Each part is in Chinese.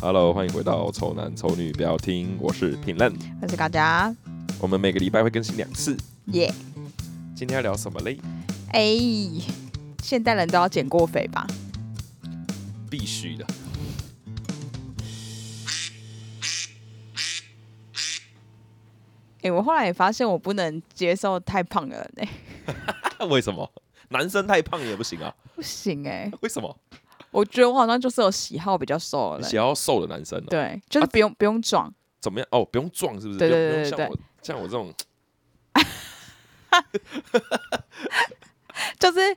Hello，欢迎回到《丑男丑女》，不要听，我是评论。我是高佳，我们每个礼拜会更新两次。耶、今天要聊什么嘞？哎、现代人都要减过肥吧？必须的。 哎、我后来也发现我不能接受太胖的人哎、为什么？男生太胖也不行啊？ 不行哎、为什么？我觉得我好像就是有喜好比较瘦的你人，想要瘦的男生、啊、对，就是不用、不用壮，怎么样？哦，不用壮是不是？对不对用对不用对像我像我这种，就是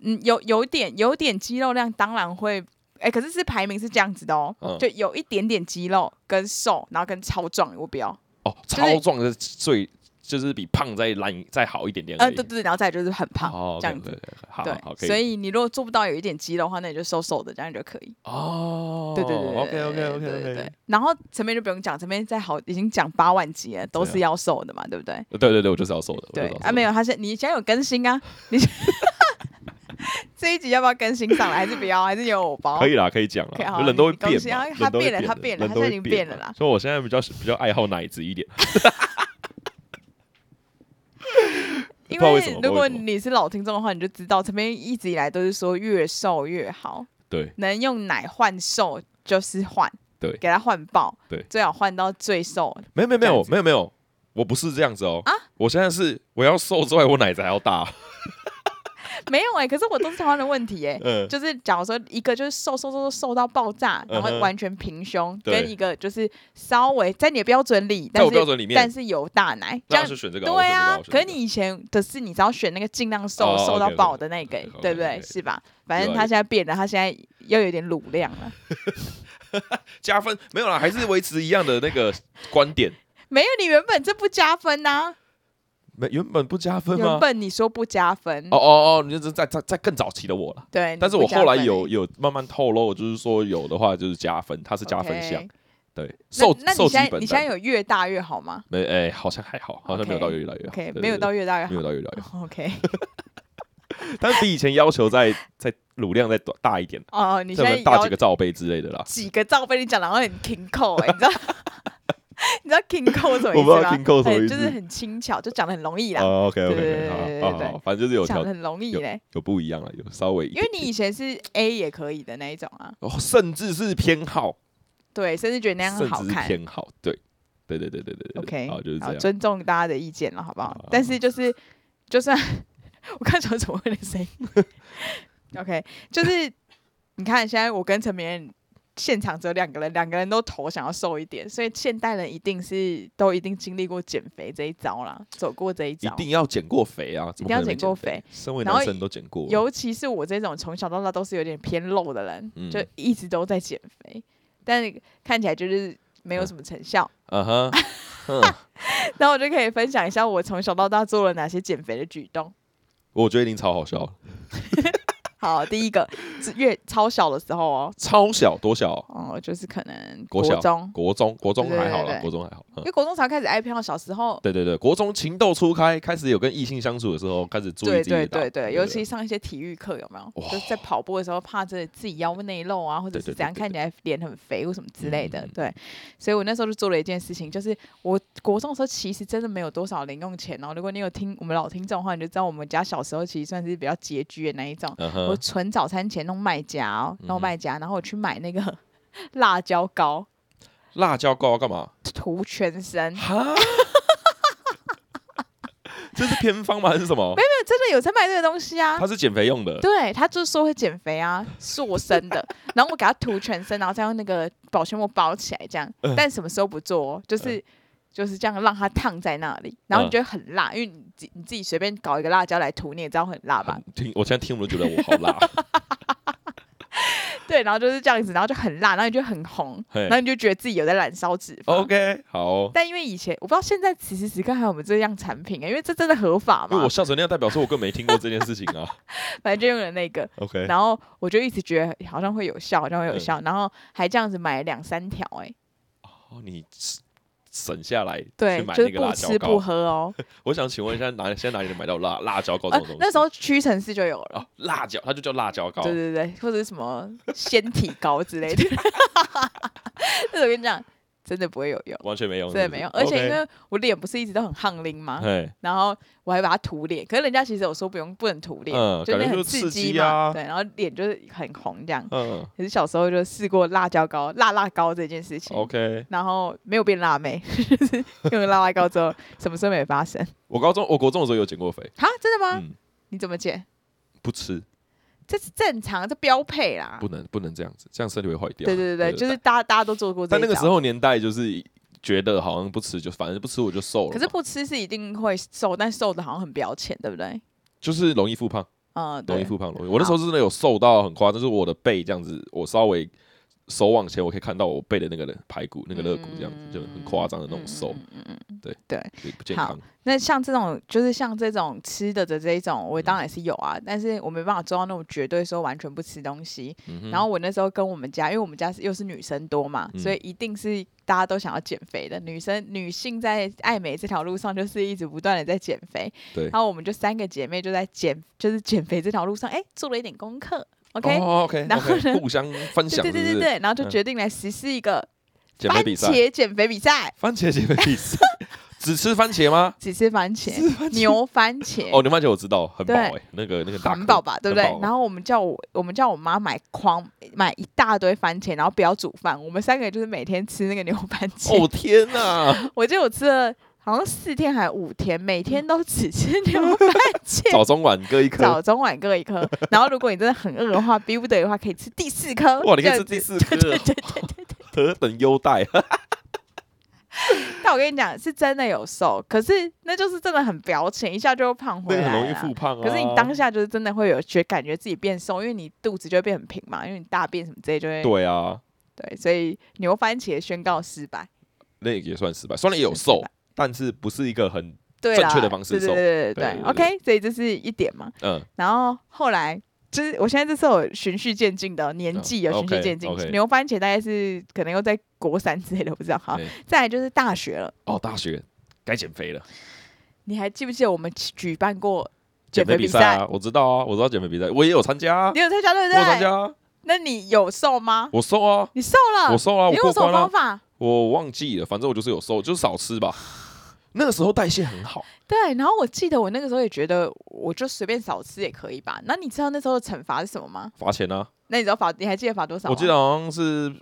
嗯有有一点有一点肌肉量，当然会哎、可是是排名是这样子的哦，嗯就有一点点肌肉跟瘦，然后跟超壮，我不要，哦，就是超壮是最就是比胖再烂再好一点点而嗯、已。对对对，然后再来就是很胖、哦，这样子。对，对对好对好，可以。所以你如果做不到有一点肌肉的话，那你就瘦瘦的，这样就可以。哦，对对对，OK OK 对 OK 对对 OK 对。然后陈面就不用讲，陈面在好已经讲八万集了，都对是要瘦的嘛，对不对？对对对，我就是要瘦的。对啊，啊，没有。有，他是你现在有更新啊，你 这一集要不要更新上来？还是不要？还是由我包？可以啦，可以讲可以啦，好人都会你恭变喜嘛，他人他都会变了他的变了人他都现在会已经变变了啦所以我现在比较比较爱好奶子一点，因不知道为什么为不知道如果为什么你是老听众的话，你就知道陈面一直以来都是说越瘦越好，对，能用奶换瘦就是换，对给他换爆，对最好换到最瘦。没有没有没这有样子没有没有，我不是这样子哦，啊我现在是我要瘦之外，我奶子还要大，没有哎、可是我都是台湾的问题 哎、 嗯，就是假如说一个就是瘦瘦瘦瘦瘦到爆炸，然后嗯哼完全平胸，对跟一个就是稍微在你的标准里，在但我标是准里面但，是有大奶，那这样我是选这个，我对选这个啊我。选可这是个你以前的是你只要选那个尽量哦瘦哦瘦到 OK，OK，爆的那个 OK，OK，，对不对？ OK，OK，是吧？反正有啊他有现在变了，他现在又有点乳量了。加分没有啦，还是维持一样的那个观 点，没有，你原本这不加分呐、没原本不加分吗原？本你说不加分，哦哦哦，你就是在在在更早期的我了。对。但你是我不加后来分有欸有慢慢透露，就是说有的话就是加分，它是加分 OK 项，对，那瘦那瘦你基现在本你的现在有越大越好吗没哎、好像还好，好像没有到 OK，越来越好？OK，对没有对到越大越对没有好。到越来越好， OK， 但是比以前要求 再再乳量再短大一点，哦，你再现在大要几个罩杯之类的啦。几个照被你讲，然后很停扣哎，你知道？ 你知道 king 扣什么我意不知道思吗？停扣什么很意就思是很轻巧，就讲的很容易啦，哦，OK 对 OK，对好对对好，好反正就是有讲调的很容易嘞。有不一样了，有稍微一因点为你以前是 A 也可以的那一种啊，哦，甚至是偏好，对，甚至觉得那样甚好至是看。偏好，对对对对对对对 OK，好就是这好样。尊重大家的意见了，好不好好？但是就是，就算 我看什么怎么会的声音 ？OK，就是你看现在我跟陈明仁现场只有两个人，两个人都头想要瘦一点，所以现代人一定是都一定经历过减肥这一招啦，走过这一一招。定要减过肥啊！怎么一定要可能没减过肥肥，身为然后男生都减过了，尤其是我这种从小到大都是有点偏肉的人，嗯就一直都在减肥，但看起来就是没有什么成效。 嗯哼，哼然后我就可以分享一下我从小到大做了哪些减肥的举动。我觉得已经超好笑了，好，第一个是越超小的时候哦，超小多小啊，哦，就是可能国国小中，国中国中还好对对啦，对国中还好，嗯因为国中才开始爱漂，小时候，对对对，国中情窦初开，开始有跟异性相处的时候，开始注意对自己的对打对扮对，尤其上一些体育课有没有哇？就是在跑步的时候，怕这自己腰内露啊，或者哦对对是对怎样对看起来脸很肥或什么之类嗯的嗯嗯。对，所以我那时候就做了一件事情，就是我国中的时候其实真的没有多少零用钱哦。如果你有听我们老听众的话，你就知道我们家小时候其实算是比较拮据的那一种。嗯我哼，存早餐钱弄卖家哦，嗯哼弄卖家，然后我去买那个 辣椒膏辣椒膏要干嘛？涂全身，没哈， 这是偏方吗？还是什么？有 真的有在卖这个东西啊它。是减肥用的。对他就是说会减肥啊，塑身 的，然后我给他涂全身，然后再用那个保鲜膜包起来，这样。嗯但什么时候不做哦？就是、就是这样让它烫在那里，然后嗯你觉得很辣，因为你自你自己随便搞一个辣椒来涂，你也知道很辣吧很？听，我现在听我都觉得我好 辣。对，然后就是这样子，然后就很辣，然后你就很红，嘿然后你就觉得自己有在燃烧脂肪。 OK，好哦，但因为以前我不知道现在此时此刻还有没有这样产品、欸，因为这真的合法因为嘛我，笑成那样，代表说我更没听过这件事情 啊。反正就用了那个， OK，然后我就一直觉得好像嗯会有效，好像会有效，然后还这样子买了两三条、欸，哎，哦，你省下来去对买，就那是个不辣椒吃不膏。喝哦。我想请问一下哪现在哪里能买到辣辣椒膏这呃种东，西？那时候屈臣氏就有了，哦，辣椒，它就叫辣椒膏。对对对，或者是什么纤体膏之类的。 但是我跟你讲，真的不会有用，完全没用，真的没用。而且因呢，为我脸不是一直都很烫拎吗？嘿，然后我还把它涂脸，可是人家其实有说不用不能涂脸，嗯就感那觉就很是刺激激嘛，啊对，然后脸就是很红这样。嗯可是小时候就试过辣椒膏、辣辣膏这件事情，OK。然后没有变辣妹， 就是用了辣辣膏之后，什么事都没发 生。我高中，我国中的时候有减过肥，哈，真的吗？嗯，你怎么减？不吃，这是正常，这标配啦。不能不能这样子，这样身体会坏掉。对对对对，就是大家大家都做过这但一那个招时候年代就是觉得好像不吃就反正不吃我就瘦了嘛，可是不吃是一定会瘦，但瘦的好像很标签，对不对？就是容易复胖，嗯，容易对。复胖，容易。我那时候真的有瘦到很夸张，就是我的背这样子，我稍微手往前，我可以看到我背的那个排骨、那个肋骨这样子，就很夸张的那种瘦，嗯嗯嗯嗯对对。就不健康。那像这种，就是像这种吃的的这一种，我当嗯然也是有啊，但是我没办法做到那种绝对说完全不吃东西。嗯哼然后我那时候跟我们家，因为我们家是又是女生多嘛，嗯所以一定是大家都想要减肥的。女生女性在爱美这条路上，就是一直不断的在减肥。对然后我们就三个姐妹就在减，就是减肥这条路上，哎，做了一点功课。OK，、哦 OK，然后 OK，呢互相分对享，是不对对对是？对，然后就嗯决定来实施一个减番肥比赛，茄减肥比赛，番茄减肥比赛， 只吃番茄吗？只吃番茄，牛番茄。哦，牛番茄我知道，很饱对哎、那个那个大环保颗吧，对不对很饱？然后我们叫我，我们叫我妈买筐买一大堆番茄，然后不要煮饭。我们三个人就是每天吃那个牛番茄。哦天哪、 我记得我吃了好像四天还五天，每天都只吃牛 番茄，嗯早中晚各一颗，早中晚各一颗。然后如果你真的很饿的话，逼不得已的话，可以吃第四颗。哇，你这看样这第子四颗，哦何等优待！啊但我跟你讲，是真的有瘦，可是那就是真的很表浅，一下就胖那回个来很容易啦复胖啊。可是你当下就是真的会有觉感觉自己变瘦，因为你肚子就会变很平嘛，因为你大便什么之类就会对啊，对，所以牛番茄宣告失败。那也算失败，虽然也有是失败瘦，但是不是一个很对正啦确的方式对瘦对对对对对对对 o k 所以这是一点嘛。嗯然后后来就是我现在这是有循序渐进的，哦年纪有嗯循序，OK，渐进。 OK 牛番茄大概是可能又在国三之类的，我不知道。好，对再来就是大学了，哎哦，大学该减肥了，你还记不记得我们举办过？减肥肥比比赛赛啊，我知道啊，我知道减肥比赛，我也有参加啊，你有参加对我不有参对？加啊，那你有瘦吗？我瘦啊，你瘦了，我瘦啊，我你用过什么关方啊，法？我忘记了，反正我就是有瘦，就是少吃吧。那个时候代谢很好，对，然后我记得我那个时候也觉得，我就随便少吃也可以吧。那你知道那时候的惩罚是什么吗？罚钱啊，那你知道罚？你还记得罚多少吗？我记得好像是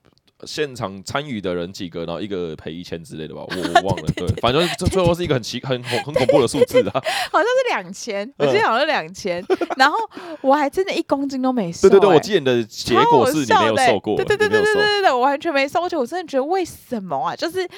现场参与的人几个，然后一个赔一千之类的吧，我我忘了。对，反正这最后是一个很奇、很恐、很恐怖的数字啊！好像是两千，我记嗯得好像两千， 然后我还真的一公斤都没对瘦、对对，欸我记得你的结超果好是你笑没有的欸瘦过，对对对你没对有对对瘦对对，我完全没瘦，而且我真的觉得为什么啊， 就是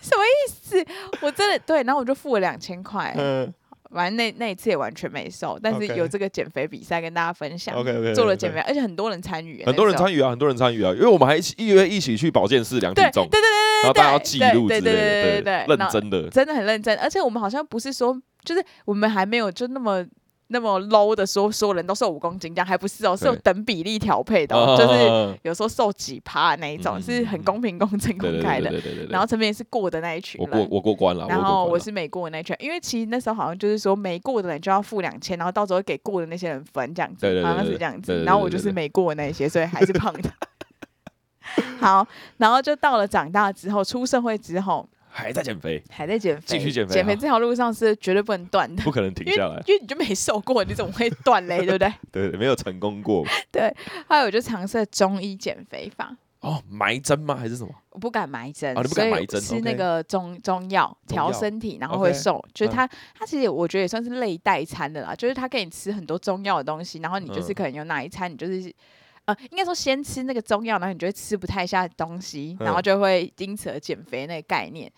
什么意思？我真的对，然后我就付了两 千块，嗯反正那那一次也完全没瘦，但是 OK 有这个减肥比赛跟大家分享 OK，OK，OK，做了减肥，而且很多人参与欸，很多人那时候参与啊，很多人参与啊，因为我们还一起预约一起去保健室量体重对对，对对然后大家要记录之类对的，对对对对对对认真的对，。真的很认真，而且我们好像不是说，就是我们还没有就那么。那么 low 的说，所有人都瘦五公斤这样，还不是哦，是有对等比例调配的、啊哦，就是有时候瘦几趴那一种，嗯是很公平、公正、对公对开对的。对对对对。然后陈明也是过的那一群我过人，我过关了，然过后关我了是没过的那一群，因为其实那时候好像就是说没过的人就要付两千，然后到时候给过的那些人分这样对对子，对好像是对这样对子。对然后对我对就是对没过那一些，所以还是胖的。 好，然后就到了长大之后，出社会之后还在减肥，还在减肥，继续减肥减肥好这条路上是绝对不能断的，不可 能停因为下来，因为你就没瘦过，你怎么会断嘞？对不 对？对，对没有成功过。后来我就尝试了中医减肥法，哦，埋针吗？还是什么？我不敢埋针，啊所以你不敢埋针吃那 OK 个中中药中调药身体，然后会 OK，瘦。就嗯是它，它其实我觉得也算是类代餐的啦，就是它给你吃很多中药的东西，然后你就是嗯可能有哪一餐你就是。呃，应该说先吃那个中药，然后你就会吃不太下东西，然后嗯就会因此而减肥那个概念。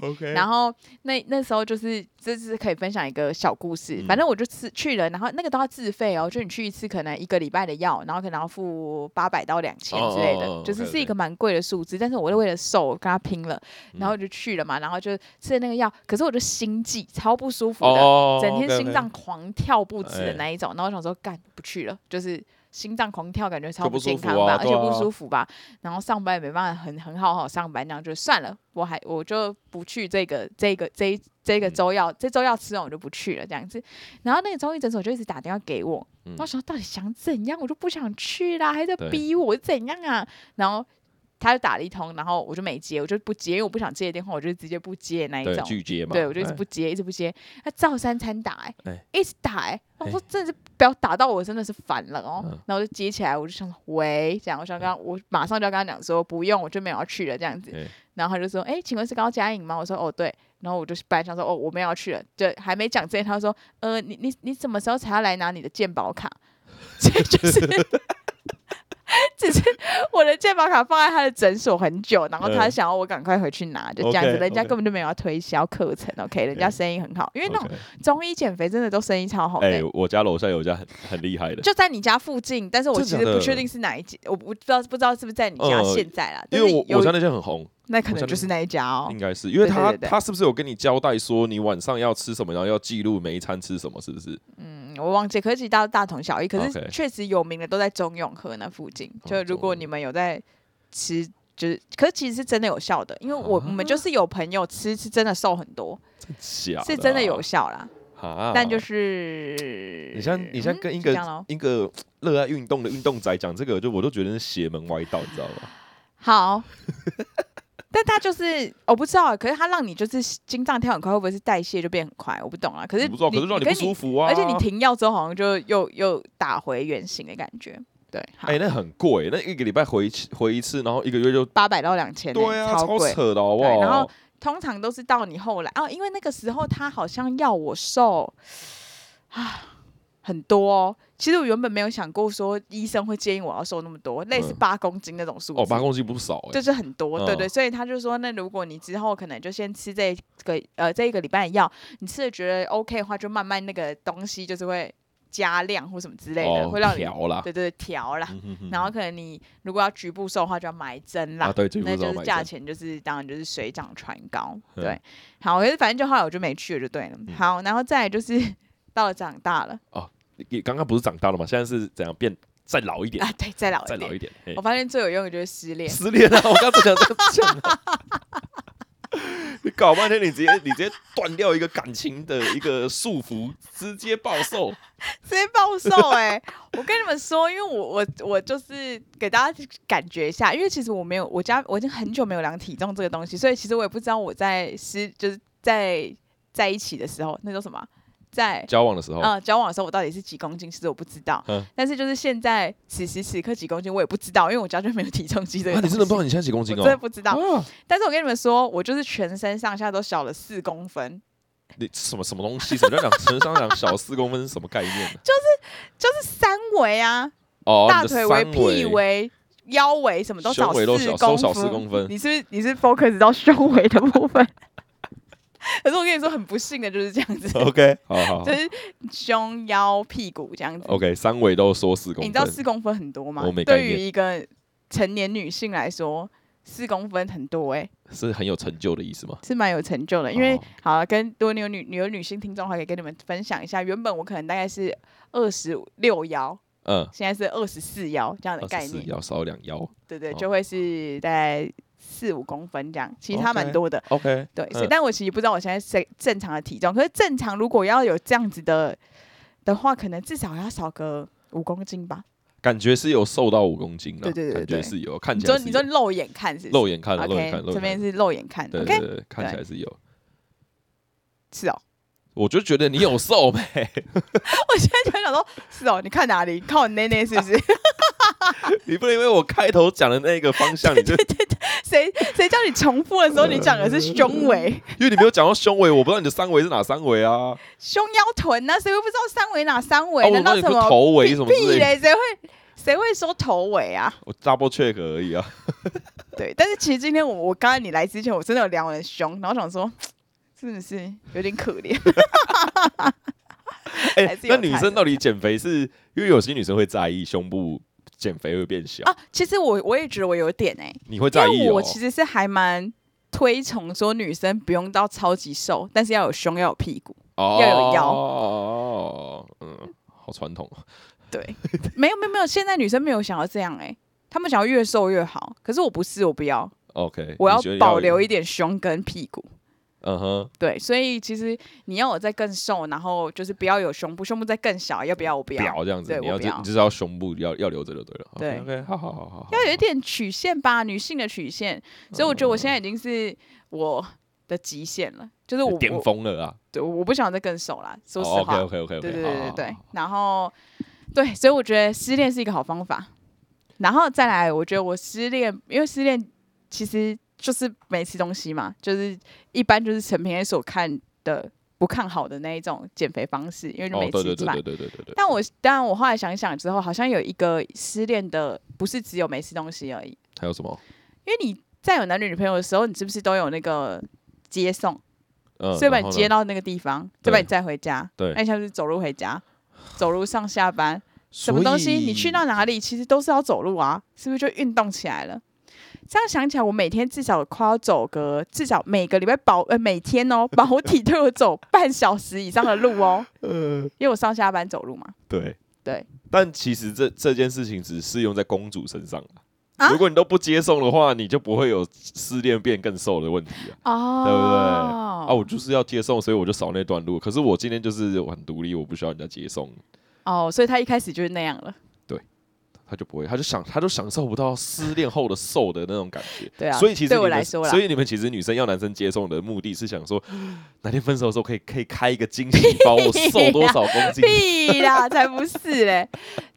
OK，然后那那时候就是，这是可以分享一个小故事。嗯反正我就吃去了，然后那个都要自费哦，就你去一次可能一个礼拜的药，然后可能要付八百到两千之类的，哦哦哦就是是 OK，OK 一个蛮贵的数字。但是我就为了瘦，我跟他拼了，然嗯后我就去了嘛，然后就吃了那个药，可是我就心悸，超不舒服的，哦，整天 OK，OK 心脏狂跳不止的哎那一种。然后我想说，干不去了，就是。心脏狂跳，感觉超就不舒健服康吧，啊而对且不啊舒服吧。然后上班也没办法很很好好上班，那样就算了，我还我就不去这个这个这一这个嗯周要、这周要吃完我就不去了这样子。然后那个中医诊所就一直打电话给我，嗯我想到底想怎样，我就不想去啦，还在对逼我怎样啊？然后他就打了一通，然后我就没接，我就不接，因为我不想接电话，我就直接不接那一对种。拒接嘛，对，我就一直哎不接，一直不接，他照三餐打、欸，哎一直打、欸，我哎说真的是不要打到我，真的是烦了哦、嗯然后我就接起来，我就想说喂，这样，我想跟他，我马上就要跟他讲说不用，我就没有要去了这样子哎。然后他就说，哎、请问是高佳颖吗？我说哦对。然后我就是本来想说哦我没有要去了，就还没讲这些，他就说呃你你你什么时候才要来拿你的健保卡？ 这就是。只是我的健保卡放在他的诊所很久，然后他嗯想要我赶快回去拿，就这样子。 OK，人家 OK 根本就没有要推销课程，OK，人家生意很好，因为那种 OK 中医减肥真的都生意超好的、哎，我家楼下有一家很很厉害的，就在你家附近，但是我真其的实假不的确定是哪一家，我不知道不知道是不是在你家呃现在啦，但因是为我有我家那家很红，那可我能家就是那一家哦应。该是因为对对他对对他是不是有跟你交代说你晚上要吃什么，然后要记录每一餐吃什么，是不是？嗯，我忘记，可是其实大大同小异，可是 OK 确实有名的都在中永和那附近。哦就如中果永你们有在吃，就是可是其实是真的有效的，因为啊我、我们就是有朋友吃是真的瘦很多，假是真的有啊效啦。哈，但就是你像你像嗯跟一就个这样咯一个热爱运动的运动仔讲这个，就我都觉得是邪门歪道，你知道吗？好， 但他就是我不知道啊，可是他让你就是心脏跳很快，会不会是代谢就变很快？我不懂啊。可是我不知道，可是让你不舒服、服啊，而且你停药之后好像就又又打回原形的感觉。对，好哎、，那很贵，那一个礼拜回一次回一次，然后一个月就八百、到两千、欸，对啊，超贵。扯的好不对好？哦然后通常都是到你后来哦，因为那个时候他好像要我瘦 啊很多、哦。其实我原本没有想过说医生会建议我要瘦那么多，类似嗯八公斤那种数字。哦，八公斤不少哎、就是很多，对对，嗯所以他就说，那如果你之后可能就先吃这个呃这一个礼拜的药，你吃了觉得 OK 的话，就慢慢那个东西就是会加量或什么之类的，哦，会让你调啦，对对对调啦。嗯哼哼然后可能你如果要局部瘦的话，就要买针啦。啊，对，这那不就是价钱，就是当然就是水涨船高，对。好，可是反正就后来我就没去了，就对了。嗯好，然后再来就是 到了长大了你刚刚不是长大了吗？现在是怎样变再老一点，啊，对， 再老再一老点，哦一点，嘿我发现最有用的就是失恋。失恋啊！我刚才想这样讲啊、 你搞半天，你直接你直接断掉一个感情的一个束缚，直接暴瘦。直接暴瘦哎、 我跟你们说，因为我我我就是给大家感觉一下，因为其实我没有我家我已经很久没有量体重这个东西，所以其实我也不知道我在失就是在在一起的时候那叫什么啊，在交往的时候，啊、交往的时候我到底是几公斤，其实我不知道。嗯但是就是现在此时此刻几公斤我也不知道，因为我家就没有体重机这个啊，东你西。真的不知道你现在几公斤我哦真的？不知道，啊，但是我跟你们说，我就是全身上下都小了四公分，你什么什么东西？什么叫两成上两小四公分是什么概念呢、就是三围啊，哦，大你的腿围、三屁围、腰围什么都胸少围都四小公收小分。四公分你是不是你是 focus 到胸围的部分？ 可是我跟你说，很不幸的就是这样 子，OK，好好好就是胸、腰、屁股这样子。 ，OK，三围都缩四哦欸公你分。知道四公分很多吗我没？概对于念一个成年女性来说，四公分很多哎、是很有成就的意思吗？是蛮有成就的。因为、哦好啊跟多牛女有女性听众，还可以跟你们分享一下，原本我可能大概是二十六腰，嗯，现在是二十四腰这样的二概十四念。腰少两腰对对，哦就会是大概四五公分这样，其实它蛮 OK 多的。 ，OK，对，所嗯以但我其实不知道我现在正正常的体重，可是正常如果要有这样子的的话，可能至少要少个五公斤吧。 感觉是有瘦到五公斤了，对对对感觉对是有，看你起来说是你说有肉眼看是不是肉眼看的，肉眼看 OK，的，肉这眼看边的，是肉眼看对 OK 对对，看起来是有。是哦，我就觉得你有瘦没？我现在就想说，是哦，你看哪里？看我内内是不是？ 你不能因为我开头讲的那个方向，你就谁谁叫你重复的时候你讲的是胸围、因为你没有讲到胸围，我不知道你的三围是哪三围啊？胸腰臀呢、啊谁会不知道三围哪三啊，围？我难帮道你什说么头围屁什么之屁类的，嘞？谁会谁会说头围啊？我 double check 而已啊。对，但是其实今天我我刚才你来之前，我真的有量我的胸，然后想说，真的是有点可怜。 还哎是，有那女差生的到底减肥是因为有些女生会在意胸部减肥会变小，啊，其实我我也觉得我有点哎、你会在因意为哦我？其实是还蛮推崇说女生不用到超级瘦，但是要有胸要有屁股。哦要有腰哦，嗯，好传统哦。 对，没有没有没有，现在女生没有想要这样哎、她们想要越瘦越好。可是我不是，我不要， OK，我你要觉得保留有一点胸跟屁股。嗯哼，对，所以其实你要我再更瘦，然后就是不要有胸部，胸部再更小，要不要？我不要，表这样子，对你我要不就要你就是要胸部要要留着就对了。对，OK，好好好好好，要有一点曲线吧，女性的曲线。所以我觉得我现在已经是我的极限了，就是我巅我峰了啊。哦对，我不想再更瘦啦，说实话。 OK OK OK，对对对对对。然后对，所以我觉得失恋是一个好方法。然后再来，我觉得我失恋，因为失恋其实就是没吃东西嘛，就是一般就是陈平 A 所看的不看好的那一种减肥方式，因为就哦没，对对吃对饭对。对对对对。但我当然，我后来想一想之后，好像有一个失恋的，不是只有没吃东西而已，还有什么？因为你在有男女女朋友的时候，你是不是都有那个接送？嗯，所以把然你后接呢到那个地方，再把对你载回家。对那你像是走路回家，走路上下班，什所么东西？你以去到哪里，其实都是要走路啊，是不是就运动起来了？这样想起来，我每天至少快要走个至少每个礼拜保呃每天哦 保体都有走半小时以上的路哦， 呃，因为我上下班走路嘛。对对。但其实这这件事情只适用在公主身上啦啊如果你都不接送的话，你就不会有失恋变更瘦的问题啊。哦啊，我就是要接送，所以我就少那段路。可是我今天就是我很独立，我不需要人家接送，啊哦，所以他一开始就是那样了。他就不会，他就享，他就享受不到失恋后的瘦的那种感觉。对啊所以其实对我你们来说啦所以你们其实女生要男生接送的目的是想说， 哪天分手的时候可以可以开一个惊喜包，我瘦多少公 斤？屁啦，才不是嘞，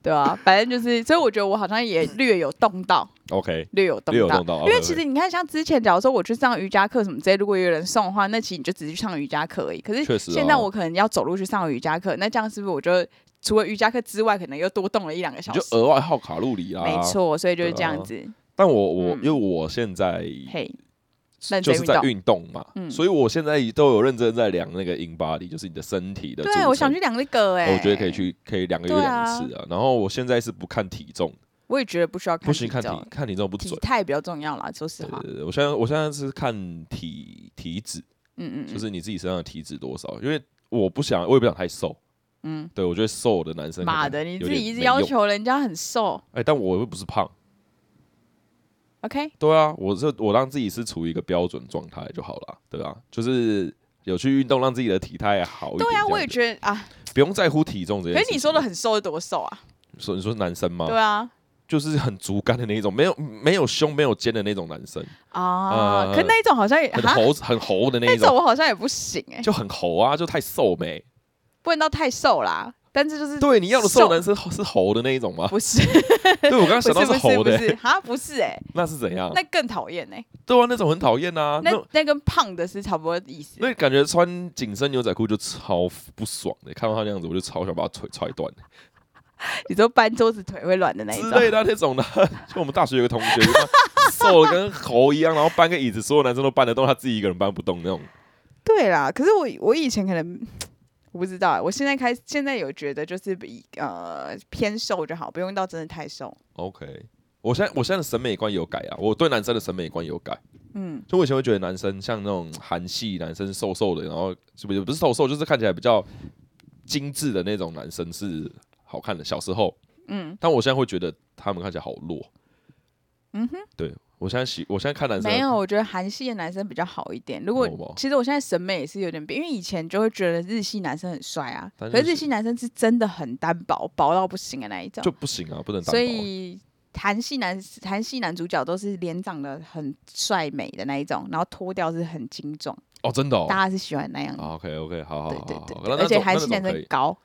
对啊，反正就是，所以我觉得我好像也略有动到， OK，略有动略有到，动到哦因为 OK，OK 其实你看，像之前假如说我去上瑜伽课什么之类，如果有人送的话，那其实你就只是去上瑜伽课而已。可确是实现在哦我可能要走路去上瑜伽课，那这样是不是我就除了瑜伽课之外，可能又多动了一两个你小就时？额外耗卡路里啦。没。错，所以就是对啊这样子。但我我嗯因为我现在嘿，认就真是运在动。运动嘛，嗯所以我现在都有认真在量那个 in body，就是你的身体的。哦对，我想去。量那个哎、我觉得可以。去，可以两个月对量啊一次啊。然后我现在是不看体重，我也觉得不需要看不行体看体重看体重不准体。态比较重要啦，说实对话。对对，呃我现在我现在是看体体脂，嗯嗯嗯，就是你自己身上的体脂多少，因为我不想，我也不想太瘦。嗯，对我觉得瘦的男生可能妈的，你有自己点一直没要用。求人家很瘦哎，但我又不是胖， ，OK？对啊，我这我让自己是处于一个标准状态就好了，对吧、就是有去运动，让自己的体态好一点。对啊，这样我也子觉得啊，不用在乎体重这可件事情。是你说的很瘦是多瘦啊？说你说男生吗？对啊，就是很竹竿的那一种，没有没有胸没有肩的那种男生，啊，呃可那一种好像也很哈猴很猴的那那一种，种我好像也不行哎、就很猴啊，就太瘦没。不能到太瘦啦，但是就 是对，你要的瘦瘦男生是猴的那一种吗？不是对，我刚刚不 想是到不是猴不的、是哈不是哎、那是怎样？那更讨厌哎，对啊，那种很讨厌啊，那那那跟胖的是差不多的意思。那感觉穿紧身牛仔裤就超不爽的、欸看到他那样子我就超想把他腿踹断、你说搬桌子腿会软的那一之种，类的那种的。 就我们大学有个同学，就是他瘦的跟猴一样，然后搬个椅子，所有男生都搬得动，他自己一个人搬不动那种。对啦。可是我我以前可能我不知道、欸，我现在开现在有觉得就是比呃偏瘦就好，不用到真的太瘦。 OK，我现在我现在的审美观有改啊，我对男生的审美观有改。嗯，就我以前会觉得男生像那种韩系男生瘦瘦的，然后是不是不是瘦瘦，就是看起来比较精致的那种男生是好看的。小时候，嗯，但我现在会觉得他们看起来好弱。嗯哼，对我现在喜，我现在看男生没有，我觉得韩系的男生比较好一点。如有吗果其实我现在审美也是有点变，因为以前就会觉得日系男生很帅啊，但可是是日系男生是真的很单薄，薄到不行的那一种就。不行啊，不能担保。所以韩系男韩系男主角都是脸长得很帅美的那一种，然后脱掉是很精壮，哦，真的哦。大家是喜欢那样的。 OK OK，好好好对好对好对，那而那且种韩系那男种可生以，高，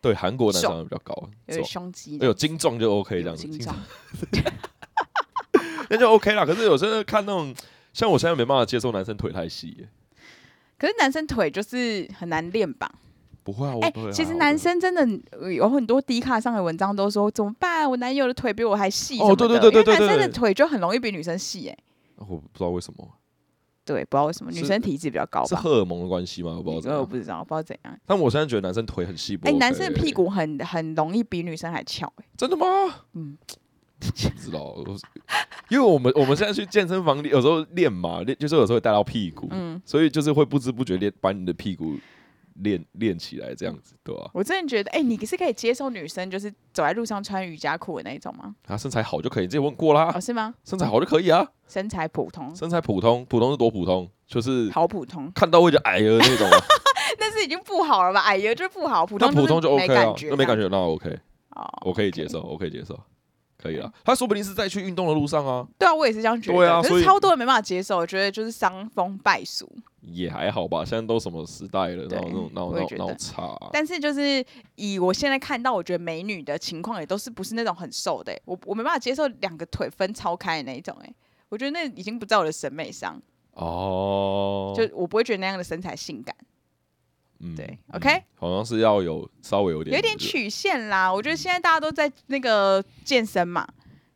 对韩国男生比较高，有是吧胸肌的，有精壮就 OK 这样有子，精精壮壮。那就 OK 啦。可是有时候看那种，像我现在没办法接受男生腿太细耶，可是男生腿就是很难练吧？不会啊，我哎、腿还其实好男的生真的呃有很多低卡上的文章都说怎么办？我男友的腿比我还细哦什么对的对对对因为男对生的腿就很容易比女生细哎、啊我不知道为什么，对，不知道为什么是女生体质比较高是吧？荷尔蒙的关系吗？我不知道你怎我样。不知道，不知道怎样。但我现在觉得男生腿很细，不哎、 OK 男生的屁股很很容易比女生还翘哎、真的吗？嗯， 不知道，我因为我们我们现在去健身房有时候练嘛，练就是有时候会带到屁股，嗯，所以就是会不知不觉练把你的屁股练练起来这样子，对吧、我真的觉得，哎、你是可以接受女生就是走在路上穿瑜伽裤的那一种吗？啊他身材好就可以，你自己问过啦哦，，是吗？身材好就可以啊，身材普通，身材普通，普通是多普通，就是嗯好普通， 看到会就矮的那种啊，但是已经不好了吧？矮呀，就是不好，普那通普通就就是 OK 啊感，觉，那没感觉那 OK，哦。嗯我可以接受，我可以接受，可以了。他说不定是在去运动的路上啊，对啊，我也是这样觉得。对啊可所以是超多人没办法接受，我觉得就是伤风败俗。也还好吧。现在都什么时代了，对然后那种那我也种觉那得种差啊，但是就是以我现在看到，我觉得美女的情况也都是不是那种很瘦的欸、我我没办法接受两个腿分超开的那一种、欸，我觉得那已经不在我的审美上，哦，就我不会觉得那样的身材性感，嗯对嗯，OK 好像是要有稍微有点有一点曲线啦。我觉得现在大家都在那个健身嘛，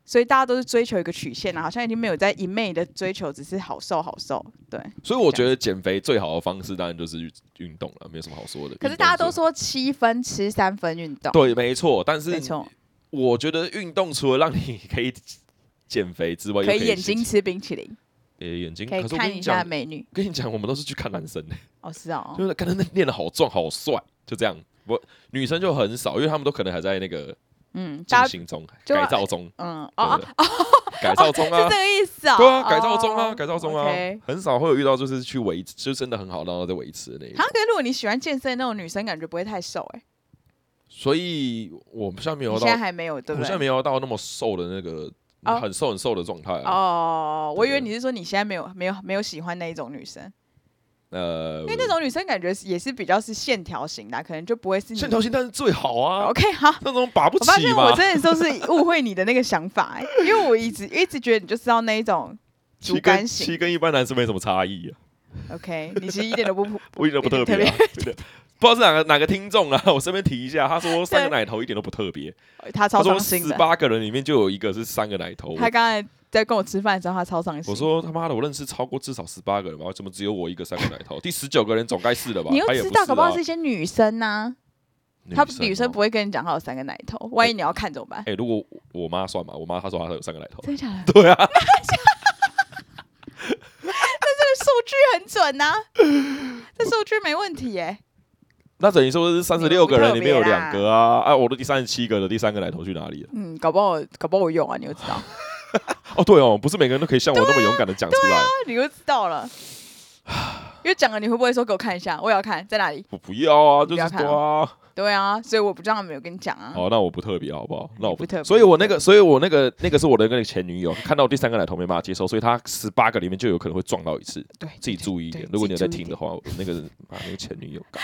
所以大家都是追求一个曲线啦，啊好像已经没有在一昧的追求只是好瘦好瘦，对。所以我觉得减肥最好的方式当然就是运动了，没有什么好说的。可是运动大家都最好说七分吃三分运动，对，没错。但没是错，我觉得运动除了让你 可以减肥之外，可又以眼心睛情，吃冰淇淋，呃，眼睛。可以是我看跟你一下讲，美女。跟你讲，我们都是去看男生的，哦，是哦，就是看他那练的好壮好帅，就这样。我女生就很少，因为他们都可能还在那个嗯，进大家行中、就改造中，嗯哦对哦不，对改造中啊是这，个意思啊、哦？对啊，改造中啊，哦改造中啊 OK 很少会有遇到就是去维持，就真的很好，然后在维持的那一种好。像可是如果你喜欢健身的那种女生，感觉不会太瘦哎、所以我现在没有你到现在还没有对不我现对在？没有到那么瘦的那个、哦很瘦很瘦的状态、啊。哦，对我以为你是说你现在没有没有没有喜欢那一种女生，呃，因为那种女生感觉也是比较是线条型的啊、可能就不会是你线条型当然最好啊， OK 好，那种拔不我发起现嘛我。真的都是误会你的那个想法、欸，因为我一直一直觉得你就知道那一种其实竹竿跟型其实跟一般男生没什么差异啊， OK，你其实一点都不普我一点都不特特别、啊，真的。不知道是哪个哪个听众啊，我这边提一下，他说三个奶头一点都不特别，他他超说伤心十的。八个人里面就有一个是三个奶头。他刚才在跟我吃饭的时候，他超伤心。我说他妈的，我认识超过至少十八个人吧，怎么只有我一个三个奶头？第十九个人总该是了吧？你又他也知道，是搞不好啊是一些女生呐、她女生哦不会跟你讲她有三个奶头，万一你要看怎么办？哎、如果我妈算嘛，我妈她说她有三个奶头，真的假的？ 对 啊，这数据很准呐、这数据没问题耶、那等于说是三十你六们不个人里特面有别两啦个啊，啊，我的第三十七个的第三个奶头去哪里了？嗯，搞不好搞不好我用啊，你就知 道，哦，对哦，不是每个人都可以像我啊那么勇敢的讲出来，你就知道了。 因为讲了，你会不会说给我看一下？我也要看在哪里？我不要啊，就不是要对看啊，对啊，所以我不这样没有跟你讲啊。哦，那我不特别好不好？那我不特别所以我那个，所以我那个那个是我的那个前女友，看到第三个奶头没办法接受，所以她十八个里面就有可能会撞到一次，对，自己注意一点对。如果你有在自己注意听的话，我那个人把那个前女友搞，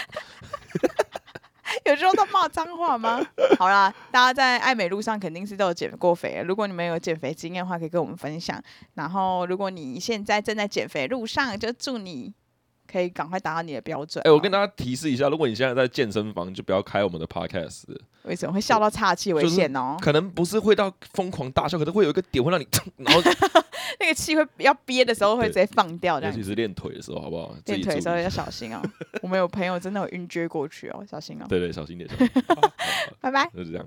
有时候都骂脏话吗？ 好啦，大家在爱美路上肯定是都有减过肥的。如果你们有减肥经验的话，可以跟我们分享。然后，如果你现在正在减肥路上，就祝你可以赶快达到你的标准。哦哎，我跟大家提示一下，如果你现在在健身房，就不要开我们的 podcast，为什么会笑到岔气为限 哦？可能不是会到疯狂大笑，可能会有一个点会让你， 然后那个气会要憋的时候会直接放掉，这尤样其是练腿的时候，好不好？自练己腿的时注候意要小心哦。我们有朋友真的有晕厥过去哦，小心哦。对对，小心点，小心点好好好拜拜。就是这样。